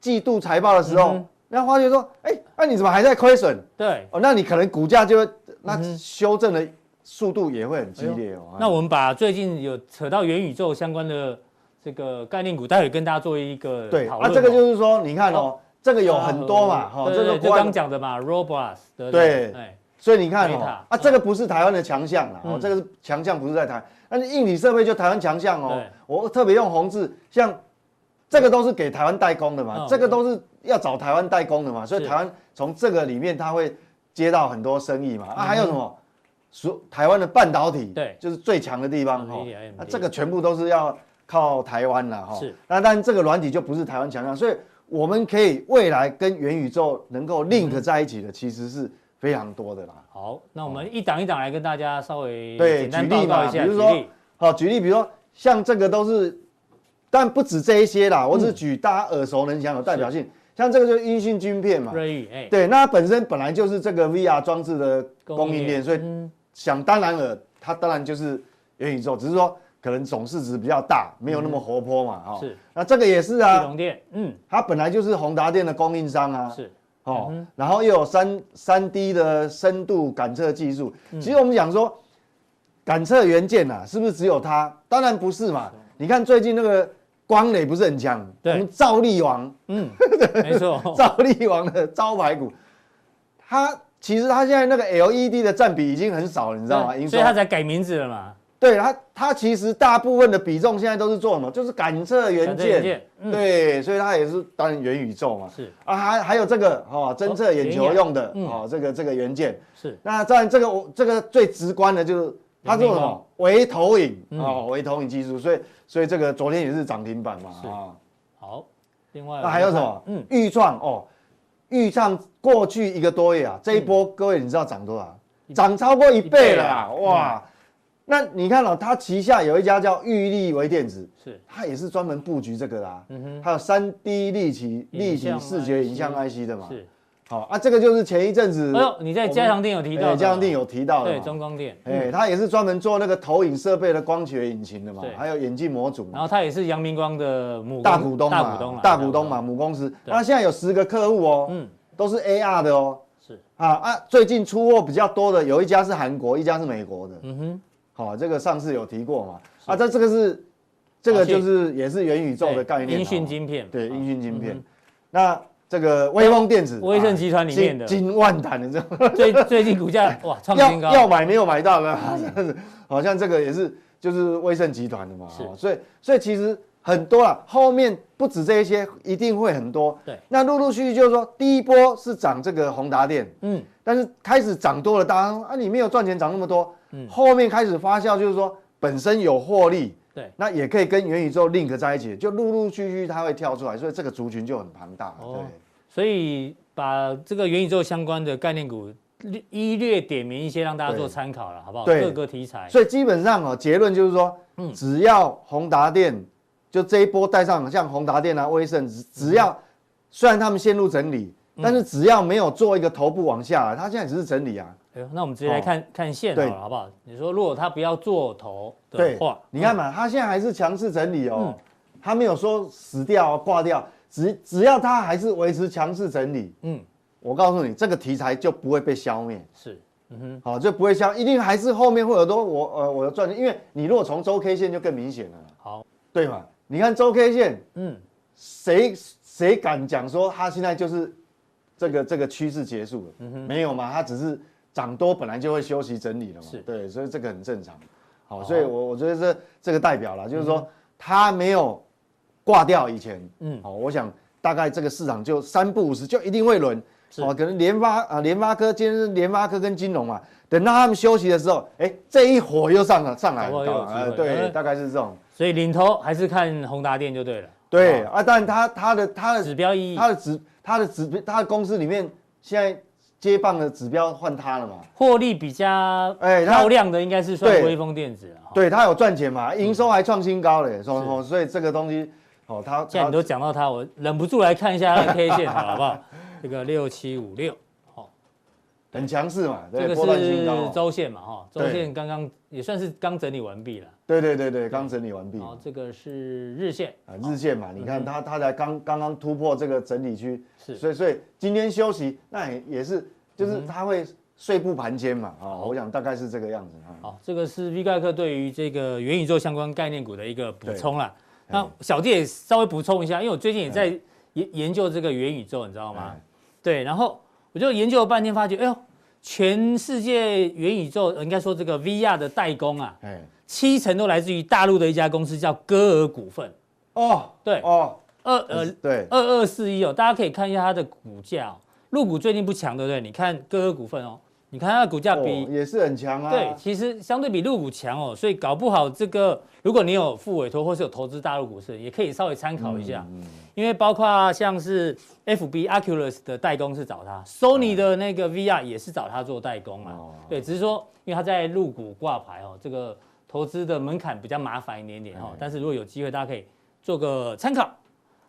B: 季度财报的时候，那发觉说，哎、那你怎么还在亏损？
A: 对，
B: 哦，那你可能股价就会那修正的速度也会很激烈哦。
A: 那我们把最近有扯到元宇宙相关的这个概念股，待会跟大家做一个
B: 对，
A: 讨论
B: 啊，
A: 哦。哦
B: 这个就是说，你看哦，这个有很多嘛，哈，
A: 对
B: 这
A: 对
B: 个
A: 对就
B: 国外
A: 刚讲的嘛，Roblox 对不
B: 对
A: 哎
B: 所以你看哦
A: Meta，
B: 啊，这个不是台湾的强项啦，哦
A: 嗯，
B: 这个是强项不是在台，但是硬体设备就台湾强项哦
A: 对。
B: 我特别用红字，像这个都是给台湾代工的嘛
A: 嗯，
B: 这个都是要找台湾代工的嘛，所以
A: 是
B: 台湾从这个里面它会接到很多生意嘛。啊，还有什么？所台湾的半导体，
A: 嗯对嗯
B: 就是最强的地方哦
A: NVIDIA。AMD
B: 那这个全部都是要靠台湾啦，哈。
A: 是。
B: 那但这个软体就不是台湾强项，所以我们可以未来跟元宇宙能够 link 在一起的，其实是非常多的啦。
A: 好，那我们一档一档来跟大家稍微
B: 对
A: 简单
B: 举例
A: 报告
B: 嘛
A: 一下，
B: 比如
A: 举
B: 说
A: 例
B: 好，举例，比如说像这个都是，但不止这一些啦，我只举大家耳熟能详有代表性，像这个嗯就是音讯晶片嘛。
A: 瑞宇哎，
B: 对，那它本身本来就是这个 VR 装置的供应链，所以
A: 嗯
B: 想当然了，它当然就是元宇宙，只是说可能总市值比较大，没有那么活泼嘛，哦。
A: 是
B: 那这个也是
A: 聚
B: 啊，
A: 龙店，嗯
B: 它本来就是宏达电的供应商啊。
A: 是嗯
B: 哦，然后又有三三 D 的深度感测技术。
A: 嗯
B: 其实我们讲说，感测元件啊，是不是只有它？当然不是嘛。你看最近那个光磊不是很强，
A: 对
B: 我们兆力王，
A: 嗯，没错，
B: 兆力王的招牌股，它其实它现在那个 LED 的占比已经很少了，你知道吗？
A: 对
B: 营收
A: 所以他才改名字了嘛，
B: 对它，它其实大部分的比重现在都是做什么？就是感测元
A: 感测
B: 件。
A: 元件嗯
B: 对，所以它也是当然元宇宙嘛。
A: 是
B: 啊，还还有这个哈、哦，侦测眼球用的
A: 眼眼
B: 哦，这个这个元件。
A: 是
B: 那当然这个我这个最直观的就是它做
A: 有
B: 什
A: 没有
B: 么微投影
A: 嗯
B: 哦，微投影技术，所以所以这个昨天也是涨停板嘛啊、
A: 是好。另外
B: 那还有什么？嗯
A: 嗯，，
B: 预创哦，预创过去一个多月啊，这一波、各位你知道涨多少？涨超过一倍了啊
A: 嗯一倍啊
B: 哇！那你看哦，它旗下有一家叫玉立微电子，
A: 是
B: 它也是专门布局这个啦、
A: 嗯哼
B: 还有三 D 立体立体
A: 影像
B: 视觉
A: IC
B: 影像 IC 的嘛。
A: 是，
B: 好啊，这个就是前一阵子，
A: 哎呦，你在加强店有提到的
B: 哎
A: 嘛，
B: 嘉阳定有提到的
A: 对
B: 嘛，
A: 中光店，
B: 哎，它也是专门做那个投影设备的光学引擎的嘛
A: 对，
B: 还有眼镜模组嘛
A: 然。后他也是阳明光的母公
B: 大股东嘛，
A: 大股东啦啊
B: 大股东嘛，，母公司。那现在有十个客户哦，
A: 嗯
B: 都是 AR 的哦。
A: 是
B: 啊啊，最近出货比较多的有一家是韩国，一家是美国的。
A: 嗯哼，
B: 好、这个上次有提过嘛。啊，这这个是，这
A: 啊
B: 个就是也是元宇宙的概念。
A: 音讯
B: 好
A: 晶片，
B: 对音讯晶片。
A: 嗯
B: 那这个威风电子，
A: 威盛集团里面的
B: 啊金金万坦的这种。
A: 哼最 最近股价哇创
B: 要
A: 新高，
B: 要买没有买到呢，这样子 好像这个也是就是威盛集团的嘛，
A: 嗯是
B: 哦所以所以其实很多啦，后面不止这一些，一定会很多。
A: 对，
B: 那陆陆续续就是说，第一波是涨这个宏达电，
A: 嗯
B: 但是开始涨多了，大家说啊你没有赚钱涨那么多，
A: 嗯
B: 后面开始发酵，就是说本身有获利。
A: 对
B: 那也可以跟元宇宙 link 在一起，就陆陆续续它会跳出来，所以这个族群就很庞大。
A: 哦
B: 对，
A: 所以把这个元宇宙相关的概念股略一略点名一些，让大家做
B: 对
A: 参考了，好不好？
B: 对
A: 各个题材
B: 所以基本上哦，结论就是说，
A: 哎嗯
B: 只要宏达电就这一波带上，像宏达电啊、威盛，
A: 嗯
B: 只只要、虽然他们陷入整理，但是只要没有做一个头部往下来，它现在只是整理啊。
A: 哎呦，那我们直接来看、看线好
B: 对
A: 了，好不好？你说如果他不要做头的话，
B: 你看嘛，它现在还是强势整理哦
A: 嗯，
B: 它没有说死掉、哦、挂掉，只只要它还是维持强势整理，
A: 嗯，
B: 我告诉你，这个题材就不会被消灭。
A: 是，嗯哼，
B: 好，就不会消，一定还是后面会有多我呃我的赚钱，因为你如果从周 K 线就更明显了啦，
A: 好，
B: 对嘛？你看周 K 线，
A: 嗯，
B: 谁谁敢讲说它现在就是这个这个趋势结束了？
A: 嗯
B: 没有嘛，它只是涨多本来就会休息整理了嘛
A: 是，哦
B: 对，所以这个很正常。好，所以我我觉得这这个代表了，就是说它没有挂掉以前，
A: 嗯
B: 嗯，好，我想大概这个市场就三不五十就一定会轮。
A: 是
B: 哦，可能联发啊，联发科今天是联发科跟金融嘛，等到他们休息的时候，哎，这一火又上了上来，
A: 搞不好
B: 了，
A: 又有机会
B: 啊对，
A: 嗯
B: 大概是这种，
A: 所以领头还是看宏达电就对了，
B: 对啊，但它它的它的
A: 指标意义
B: 他，的指他的指标他的公司里面现在接棒的指标换他了嘛？
A: 获利比较
B: 哎它
A: 漂亮的应该是算
B: 对
A: 微风电子了，哈，
B: 对他有赚钱嘛，营收还创新高嘞，所以所以这个东西哦，他
A: 既然
B: 他
A: 你都讲到它，我忍不住来看一下它的 K 线，好了好不好？这个六七五六，好，
B: 很强势嘛，
A: 这
B: 对，
A: 个
B: 波段新高
A: 是
B: 哦，
A: 周线嘛，哈，周
B: 对
A: 线刚刚也算是刚整理完毕了。
B: 对对对对，刚整理完毕
A: 然后这个是日线，
B: 啊，日线嘛，你看它它才刚刚刚突破这个整理区，
A: 嗯是嗯
B: 所以所以今天休息，那也也是就是它会碎步盘间嘛，啊，我想大概是这个样子啊，
A: 好，这个是 V 盖克对于这个元宇宙相关概念股的一个补充啦。
B: 对
A: 那小弟也稍微补充一下，因为我最近也在研研究这个元宇宙，你知道吗？
B: 哎
A: 对，然后我就研究了半天，发觉，哎呦，全世界元宇宙，呃应该说这个 VR 的代工啊，
B: 哎，
A: 七成都来自于大陆的一家公司叫歌尔股份，
B: 哦，
A: 对
B: 哦，
A: 二呃
B: 对，
A: 二二四一哦，大家可以看一下它的股价哦，入股最近不强，对不对？你看歌尔股份哦，你看它的股价比、
B: 哦也是很强啊，
A: 对，其实相对比入股强哦，所以搞不好这个，如果你有付委托或是有投资大陆股市，也可以稍微参考一下，
B: 嗯
A: 因为包括像是 FB Oculus 的代工是找他，Sony 的那个 VR 也是找他做代工嘛，
B: 哦
A: 对，只是说因为他在入股挂牌哦，这个投资的门槛比较麻烦一点点哦
B: 哎，
A: 但是如果有机会，大家可以做个参考。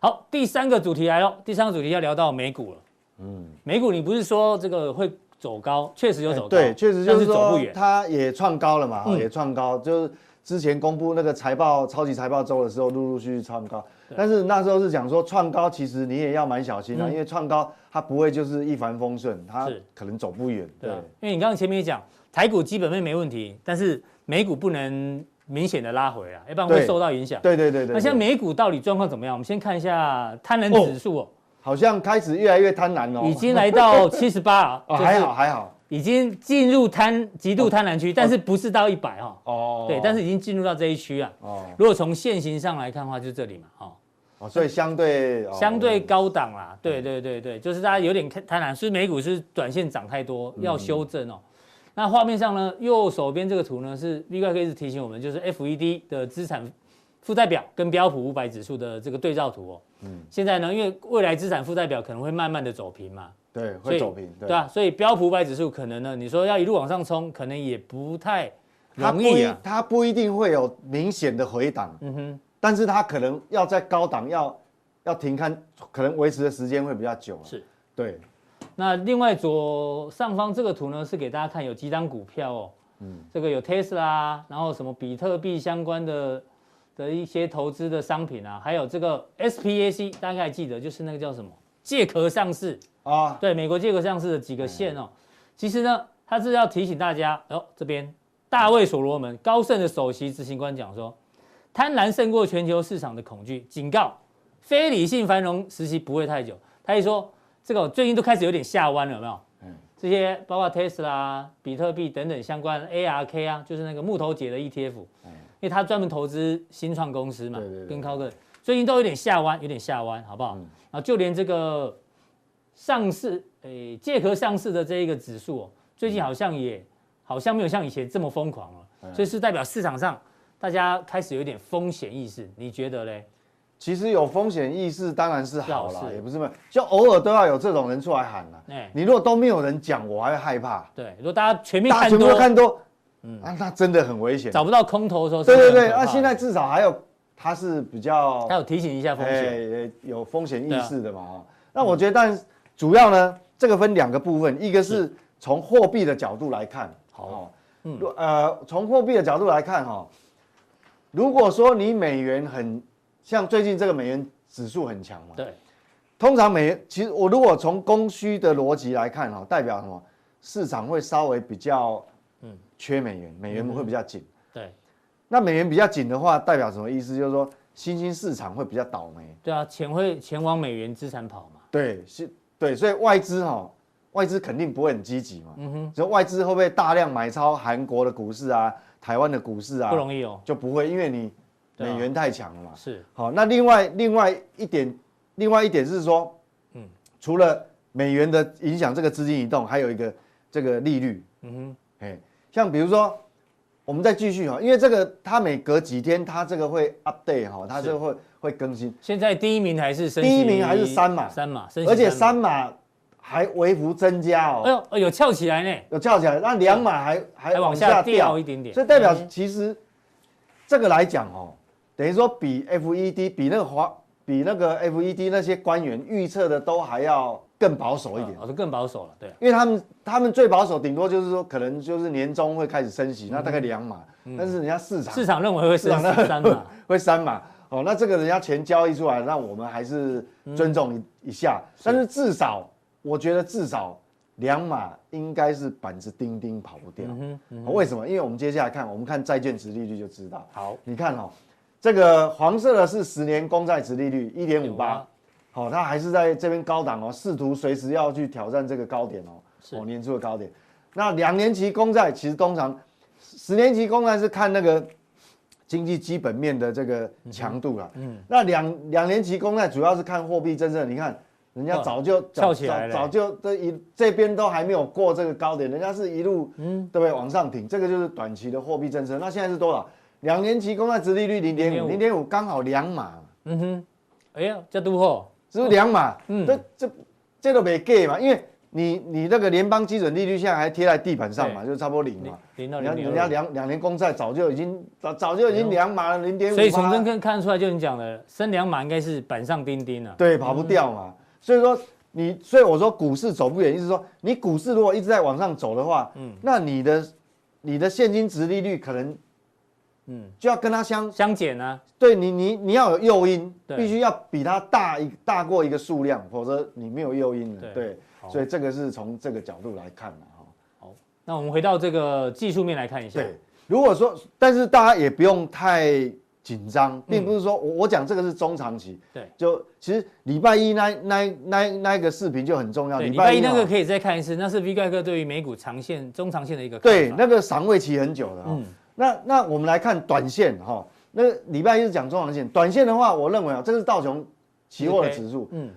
A: 好，第三个主题来了，第三个主题要聊到美股了，嗯，美股你不是说这个会走高，确实有
B: 哎
A: 走高，
B: 对，确实
A: 但
B: 就是
A: 走不
B: 说
A: 远。
B: 它也创高了嘛，
A: 嗯
B: 也创高，就是之前公布那个财报超级财报周的时候，陆陆续续创高。但是那时候是讲说创高，其实你也要蛮小心的、啊因为创高它不会就是一帆风顺，它
A: 嗯是
B: 可能走不远。
A: 对
B: 对
A: 啊，因为你刚刚前面也讲，台股基本面没问题，但是美股不能明显的拉回啊，要不然会
B: 对
A: 受到影响。
B: 对对对对。
A: 那现在
B: 对
A: 美股到底状况怎么样？我们先看一下贪婪指数哦，
B: 好像开始越来越贪婪哦，
A: 已经来到七十 八啊，
B: 哦还好，还好
A: 已经进入贪极度贪婪区，但是不是到一百哈？
B: 哦。
A: 对，但是已经进入到这一区啊。
B: 哦
A: 如果从现行上来看的话，就这里嘛，哈，
B: 哦，所以相对、哦嗯
A: 相对高档啦。对对对对，就是大家有点贪婪，所以美股是短线涨太多，
B: 嗯
A: 要修正哦。那画面上呢，右手边这个图呢是 V 怪 K 一直提醒我们，就是 FED 的资产负债表跟标普五百指数的这个对照图哦。嗯，现在呢，因为未来资产负债表可能会慢慢的走平嘛，
B: 对
A: 所以
B: 会走平，
A: 对啊，所以标普五百指数可能呢，你说要一路往上冲，可能也不太
B: 它
A: 容
B: 不
A: 易
B: 一
A: 啊。
B: 它不一定会有明显的回档，
A: 嗯哼，
B: 但是它可能要在高档要要停看，可能维持的时间会比较久、啊。
A: 是。
B: 对，
A: 那另外左上方这个图呢，是给大家看有几张股票哦，嗯，这个有 Tesla，然啊后什么比特币相关的的一些投资的商品啊，还有这个 SPAC，大家还记得就是那个叫什么借壳上市，
B: 啊，
A: 对，美国借壳上市的几个线哦。其实呢，它是要提醒大家，哦，这边大卫所罗门高盛的首席执行官讲说，贪婪胜过全球市场的恐惧，警告非理性繁荣时期不会太久。他一说这个最近都开始有点下弯了，有没有？
B: 嗯
A: 这些包括 Tesla 啊、比特币等等相关 ARK 啊，就是那个木头姐的 ETF，因为他专门投资新创公司嘛
B: 嗯对对嗯对，
A: 跟高盛最近都有点下弯，有点下弯，好不好？然后就连这个上市，诶、借壳上市的这一个指数哦，最近好像也好像没有像以前这么疯狂了，
B: 嗯
A: 所以是代表市场上大家开始有一点风险意识，你觉得嘞？
B: 其实有风险意识当然是好
A: 是好
B: 啦，
A: 事
B: 也不是没有，就偶尔都要有这种人出来喊啦。
A: 哎
B: 你如果都没有人讲，我还会害怕。
A: 对，如果大家全面
B: 大家
A: 看
B: 全部都
A: 多，
B: 看多，啊，那真的很危险。
A: 找不到空头的时候，
B: 对对
A: 是很
B: 对，
A: 可怕
B: 那
A: 的
B: 现在至少还有，它是比较
A: 他有提醒一下风险，
B: 哎有风险意识的嘛啊。那我觉得，但主要呢，这个分两个部分，一个是从货币的角度来看，
A: 好嗯
B: 哦，如呃，从货币的角度来看哈，如果说你美元很像最近这个美元指数很强嘛，
A: 对，
B: 通常美元其实我如果从供需的逻辑来看哈，代表什么？市场会稍微比较嗯缺美元，美元
A: 嗯
B: 会比较紧。
A: 对，
B: 那美元比较紧的话，代表什么意思？就是说新兴市场会比较倒霉。
A: 对啊，钱会前往美元资产跑嘛，
B: 对，是，对，所以外资哈、外资肯定不会很积极嘛。嗯哼，所以外资会不会大量买超韩国的股市啊、台湾的股市啊？
A: 不容易哦，
B: 就不会，因为你
A: 对啊
B: 美元太强了嘛。
A: 是，
B: 好，那另外另外一点，另外一点是说，嗯，除了美元的影响这个资金移动，还有一个这个利率，
A: 嗯
B: 哎，像比如说，我们再继续哈，因为这个它每隔几天它这个会 update 哈，它这个会会更新
A: 哼，，现在第一名还是升息，
B: 第一名还是三嘛
A: 三嘛，升息
B: 而且
A: 三
B: 三码还微幅增加
A: 码，
B: 哦
A: 哎，呦，哎有翘起来呢，
B: 有翘起来，那两码还还
A: 还
B: 往
A: 往下
B: 下掉
A: 掉一点点，嗯
B: 所以代表其实这个来讲哦，等于说 E 比 FED 比那个华比那个 FED 那些官员预测的都还要更保守一点，
A: 我说更保守了，对啊，
B: 因为他们他们最保守，顶多就是说可能就是年终会开始升息，那大概两码，但是人家市场
A: 嗯市场认为会升
B: 市场
A: 三嘛，
B: 会三码。哦，那这个人家钱交易出来，那我们还是尊重一一下，但嗯是至少我觉得至少两码应该是板子钉钉跑不掉、哦为什么？因为我们接下来看，我们看债券值利率就知道。
A: 好，
B: 你看哦，这个黄色的是十年公债值利率一点五八
A: 1.58，
B: 好，它还是在这边高档哦，试图随时要去挑战这个高点哦，哦年初的高点。那两年期公债其实通常十年期公债是看那个经济基本面的这个强度啦。嗯，那两两年期公债主要是看货币政策，你看。人家
A: 哇
B: 早就
A: 翘起来了
B: 早早就这一这边都还没有过这个高点，人家是一路嗯，对不对？往上挺，这个就是短期的货币政策。那现在是多少？两年期公债殖利率零点五，零点五刚好两码，
A: 嗯哼，哎呀，叫都后，
B: 是不是两码？
A: 嗯
B: 这这这都没给嘛，因为你你那个联邦基准利率现在还贴在地板上嘛，就差不多零
A: 零
B: 嘛。
A: 零到
B: 人家
A: 零
B: 人家
A: 点
B: 两两年公债早就已经早早就已经两码了，零点
A: 二，
B: 五。
A: 所以从这看看出来，就你讲的升两码应该是板上钉钉了，
B: 对，跑不掉嘛。
A: 嗯
B: 所以说你，所以我说股市走不远，意思说你股市如果一直在往上走的话，嗯，那你的你的现金值利率可能，嗯
A: 嗯，
B: 就要跟它相
A: 相减啊，
B: 对你你你要有诱因，
A: 对
B: 必须要比它大一大过一个数量，否则你没有诱因的。
A: 对
B: 对，所以这个是从这个角度来看的哈。
A: 那我们回到这个技术面来看一下，
B: 对，如果说，但是大家也不用太紧张，并不是说我我讲这个是中长期。
A: 嗯对，
B: 就其实礼拜一那那那那一个视频就很重要。
A: 对，礼拜一
B: 哦
A: 那个可以再看一次，那是 V 盖哥对于美股长线、中长线的一个看
B: 对
A: 法，
B: 那个赏味期很久的、哦。
A: 嗯
B: 那那我们来看短线哈、那个礼拜一是讲中长线，短线的话，我认为啊、这个是道琼期货的指数，
A: 嗯，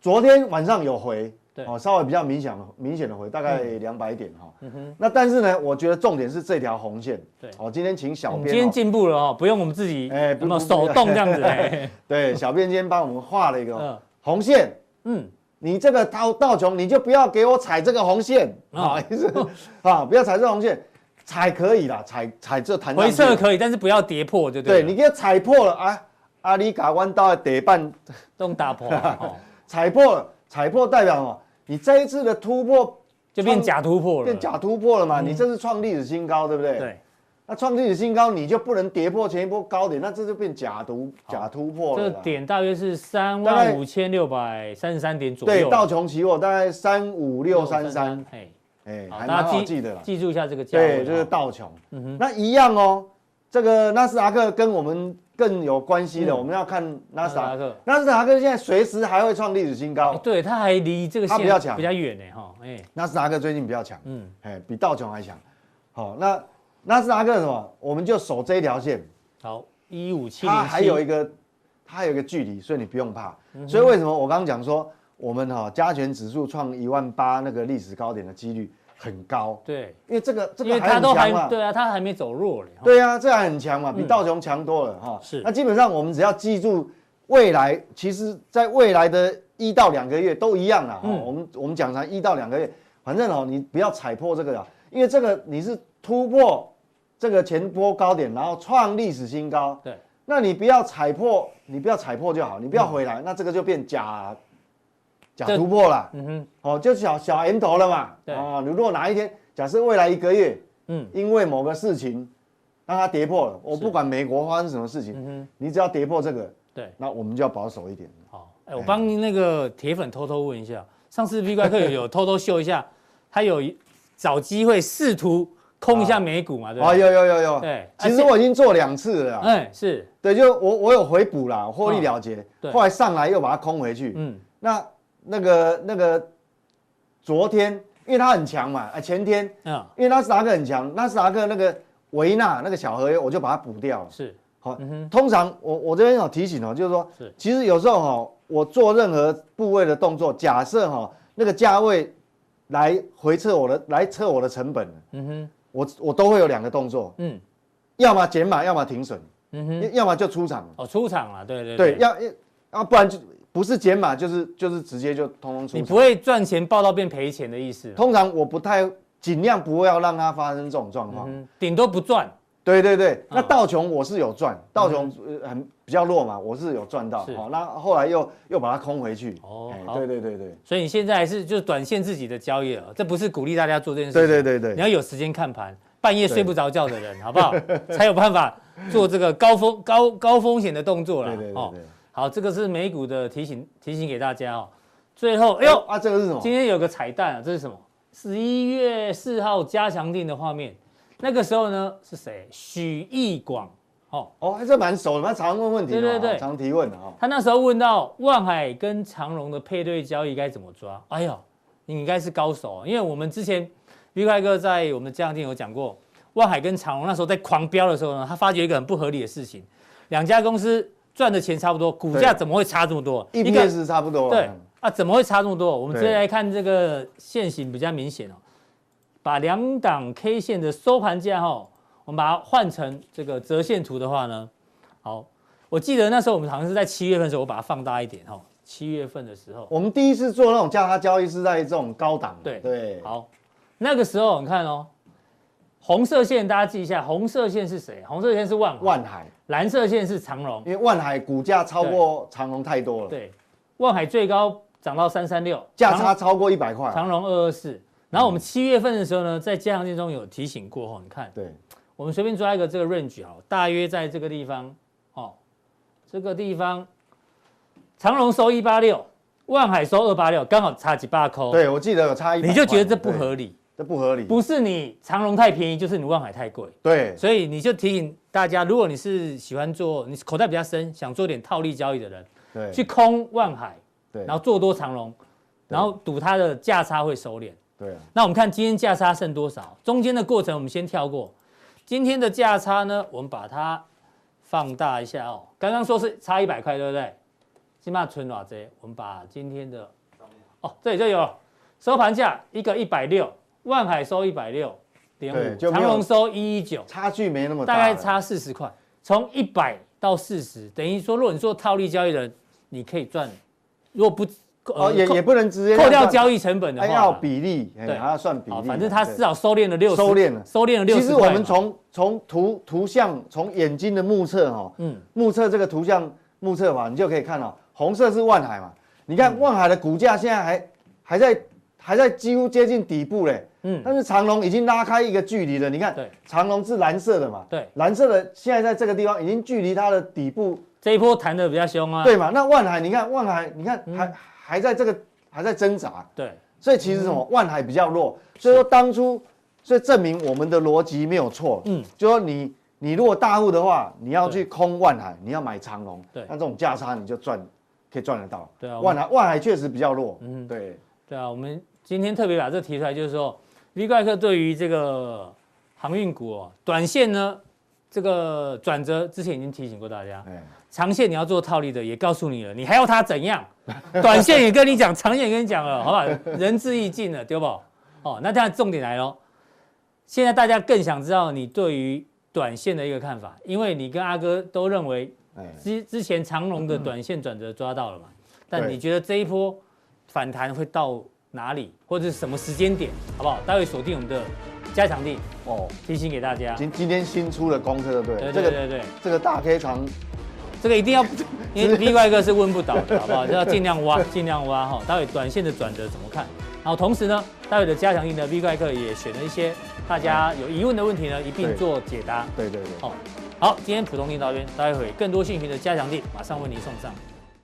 B: 昨天晚上有回，
A: 对嗯
B: 哦，稍微比较明显的明显的回，大概两百点哈、那但是呢，我觉得重点是这条红线。
A: 对
B: 哦，今天请小
A: 我
B: 编、哦
A: 们，嗯今天进步了哦，不用我们自己
B: 哎
A: 哎，
B: 不
A: 那么
B: 不不
A: 手动这样子 哎，
B: 对，小编今天帮我们画了一个、
A: 嗯
B: 红线。
A: 嗯，
B: 你这个道道琼，你就不要给我踩这个红线，
A: 嗯
B: 啊，意思啊，不要踩这个红线，踩可以啦，踩踩这弹上
A: 回
B: 去
A: 撤可以，但是不要跌破，对不
B: 对
A: 对？
B: 你给它踩破了啊，阿里嘎弯刀的得半
A: 动打破 哦，
B: 踩破了，踩破代表什么？你这一次的突破
A: 就变
B: 创
A: 假突破了，嗯
B: 变假突破了嘛？你这是创历史新高，对不对？。
A: 对。
B: 那创历史新高，你就不能跌破前一波高点，那这就变假突假突破了
A: 这
B: 啦。
A: 点大约是三
B: 大概
A: 万五千六百三十三点左右
B: 对，
A: 啊，
B: 道琼期货大概三五六三三，
A: 633，哎，
B: 哎，
A: 好
B: 还
A: 大
B: 蛮好
A: 家
B: 记
A: 记
B: 得啦。
A: 记住一下这个价位啊，
B: 对，就是道琼。那一样哦，这个纳斯达克跟我们更有关系的，我们要看纳斯达
A: 嗯纳斯达
B: 克
A: 克。
B: 纳斯达克现在随时还会创历史新
A: 哎
B: 高，
A: 对，它还离这个
B: 它
A: 线
B: 比较强
A: 比较远呢，哈，哎，
B: 纳斯达克最近比较强，
A: 嗯，
B: 哎，比道琼还强。好，那纳斯达克什么？我们就守这一条线，
A: 好，一五七零，
B: 它还有一个，它还有一个距离，所以你不用怕。所以为什么我刚刚讲说，我们哈加权指数创一万八那个历史高点的几率很高，
A: 对，
B: 因为这个这
A: 因
B: 个
A: 为
B: 还
A: 它
B: 很
A: 都
B: 强嘛
A: 还。对啊，它还没走弱嘞，哈
B: 对啊，这还很强嘛，比道琼强多了哈。
A: 是
B: 那基本上我们只要记住，未来其实在未来的一到两个月都一样啦。哈
A: 嗯
B: 我们我们讲成一到两个月，反正哦，你不要踩破这个啦，因为这个你是突破这个前波高点，然后创历史新高。
A: 对，
B: 那你不要踩破，你不要踩破就好，你不要回来，那这个就变假假
A: 嗯这
B: 突破啦。
A: 嗯哼，
B: 哦，就小小 M 头了嘛。
A: 对
B: 哦，你如果哪一天，假设未来一个月，嗯
A: 嗯，
B: 因为某个事情让它跌破了，我不管美国发生什么事情，
A: 嗯
B: 你只要跌破这个，
A: 对，
B: 那我们就要保守一点。
A: 好，哎，我帮那个铁粉偷偷问一下，上次 V 怪客有有偷偷秀一下，他有一找机会试图空一下美股嘛，对
B: 啊，
A: 吧？
B: 有有有有，
A: 对
B: 其
A: 而
B: 实
A: 且
B: 我已经做两次了啦，
A: 哎，是，
B: 对，就我我有回补啦，获利了结，
A: 嗯对
B: 后来上来又把它空回去。
A: 嗯，
B: 那那个那个昨天，因为它很强嘛，啊前天，
A: 嗯，
B: 因为纳斯达克很强，纳斯达克那个维纳那个小合约，我就把它补掉了。
A: 是，
B: 好，通常我我这边有提醒哦，就是说
A: 嗯是，
B: 其实有时候哈、我做任何部位的动作，假设哈、那个价位来回测我的，来测我的成本，
A: 嗯哼，
B: 我我都会有两个动作，
A: 嗯，
B: 要么减码，要么停损，
A: 嗯
B: 要要么就出场，
A: 哦，出场了，对对
B: 对，，要要啊，不然就不是减码，就是就是直接就通通出
A: 你
B: 场。
A: 不会赚钱报到变赔钱的意思，嗯
B: 通常我不太尽量不要让它发生这种状况，
A: 嗯，顶多不赚，嗯
B: 对对对，那道琼我是有赚，道琼呃很比较弱嘛，我是有赚到。
A: 是
B: 好，那后来又又把它空回去。
A: 哦
B: 哎
A: 好
B: 对对对对，
A: 所以你现在还是就是短线自己的交易了，这不是鼓励大家做这件事情。
B: 对对对对
A: 你要有时间看盘，半夜睡不着觉的人，好不好？才有办法做这个高风高高风险的动作了。
B: 对对对
A: 哦
B: 对。
A: 好，这个是美股的提醒提醒给大家哦。最后，哎呦，
B: 啊，这个是什么？
A: 今天有个彩蛋啊，这是什么？十一月四号加强定的画面，那个时候呢是谁？许义广哦，
B: 哦，还这蛮熟的，蛮常问问题的哦，
A: 对对对
B: 常提问的哦。
A: 他那时候问到万海跟长荣的配对交易该怎么抓？哎呦，你应该是高手哦，因为我们之前 V 快哥在我们的家长店有讲过，万海跟长荣那时候在狂飙的时候呢，他发觉一个很不合理的事情，两家公司赚的钱差不多，股价
B: 对
A: 怎么会差这么多？一个
B: EPS E 差不多。嗯
A: 对啊，怎么会差这么多？我们直接
B: 哦对
A: 来看这个线型比较明显哦，把两档 K 线的收盘价哈、哦，我们把它换成这个折线图的话呢，好，我记得那时候我们好像是在七月份的时候，我把它放大一点哈、哦，七月份的时候，
B: 我们第一次做那种价差交易是在这种高档
A: 对
B: 的。对，
A: 好，那个时候你看哦，红色线大家记一下，红色线是谁？红色线是万，
B: 万海，
A: 蓝色线是长荣，
B: 因为万海股价超过长隆太多了，
A: 对，万海最高涨到三三六，
B: 价
A: 长荣
B: 差超过一百块。
A: 长荣二二四。然后我们七月份的时候呢，在加强定中有提醒过哦后，你看
B: 对，
A: 我们随便抓一个这个 range 好了，大约在这个地方哦，这个地方长荣收一八六，万海收二八六，刚好差几把扣，
B: 对我记得有差一，
A: 哦你就觉得这不，合理，
B: 对这不合理。
A: 不是你长荣太便宜，就是你万海太贵。
B: 对，
A: 所以你就提醒大家，如果你是喜欢做，你口袋比较深，想做点套利交易的人，
B: 对，
A: 去空万海，
B: 对，
A: 然后做多长荣，然后赌它的价差会收敛。
B: 对啊，
A: 那我们看今天价差剩多少？中间的过程我们先跳过。今天的价差呢，我们把它放大一下哦。刚刚说是差一百块，对不对？今嘛存偌济？我们把今天的哦，这里就有了收盘价一个一百六，万海收一百六点
B: 对
A: 五，
B: 就没
A: 长
B: 有
A: 隆收一一九，
B: 差距没那么大
A: 大
B: 了，
A: 概差四十块，从一百到四十，等于说，如果你做套利交易的人，你可以赚，如果不呃
B: 哦，也也
A: 扣
B: 不能直接
A: 扣掉
B: 算
A: 交易成本的话
B: 哎，
A: 啦，
B: 要比例，哎
A: 对
B: 还要算比例
A: 好，
B: 嘛。
A: 反正它
B: 对
A: 至少收敛了六十，
B: 收敛了
A: 收敛了六
B: 其
A: 十。
B: 实我们，从从图图像，从眼睛的目测哈、哦，
A: 嗯，
B: 目测这个图像目测法，你就可以看到、红色是万海嘛。你
A: 嗯
B: 看万海的股价现在还还在还在几乎接近底部嘞，
A: 嗯
B: 但是长隆已经拉开一个距离了。你看
A: 对，
B: 长隆是蓝色的嘛，
A: 对
B: 蓝色的现在在这个地方已经距离它的底部，
A: 这一波弹的比较凶啊。嗯
B: 对嘛？那万海，你看万海，你看还、还在这个还在挣扎，
A: 对
B: 所以其实什
A: 嗯
B: 么，万海比较弱，所以说当初，所以证明我们的逻辑没有错。
A: 嗯
B: 嗯，就说你你如果大户的话，你要去空万海，你要买长龙，
A: 对
B: 那这种价差你就赚，可以赚得到。
A: 对啊我
B: 万海万海确实比较弱。嗯，对，
A: 对啊，我们今天特别把这提出来，就是说，V 怪客对于这个航运股哦，短线呢这个转折之前已经提醒过大家，
B: 哎，
A: 长线你要做套利的也告诉你了，你还要它怎 样？短线也跟你讲，长线也跟你讲了，好不好？仁至义尽了，对不？哦，那当然重点来喽。现在大家更想知道你对于短线的一个看法，因为你跟阿哥都认为
B: 哎，
A: 之之前长龙的短线转折抓到了嘛？但
B: 嗯对
A: 你觉得这一波反弹会到哪里，或者是什么时间点，好不好？待会锁定我们的加强地，
B: 哦，
A: 提醒给大家。
B: 今今天新出的功课，对不
A: 对
B: 对？
A: 对
B: 这
A: 对对
B: 个
A: 对，
B: 这个大 K 长，
A: 这个一定 要，因为 V 怪哥是问不倒的，好不好？就要尽量挖， 尽量挖哈。待会短线的转折怎么看？然后同时呢，待会的加强营呢，V 怪哥也选了一些大家有疑问的问题呢，一并
B: 对
A: 做解答。
B: 对对对。
A: 好，好，今天普通听到这边，待会更多讯息的加强地马上为您送上。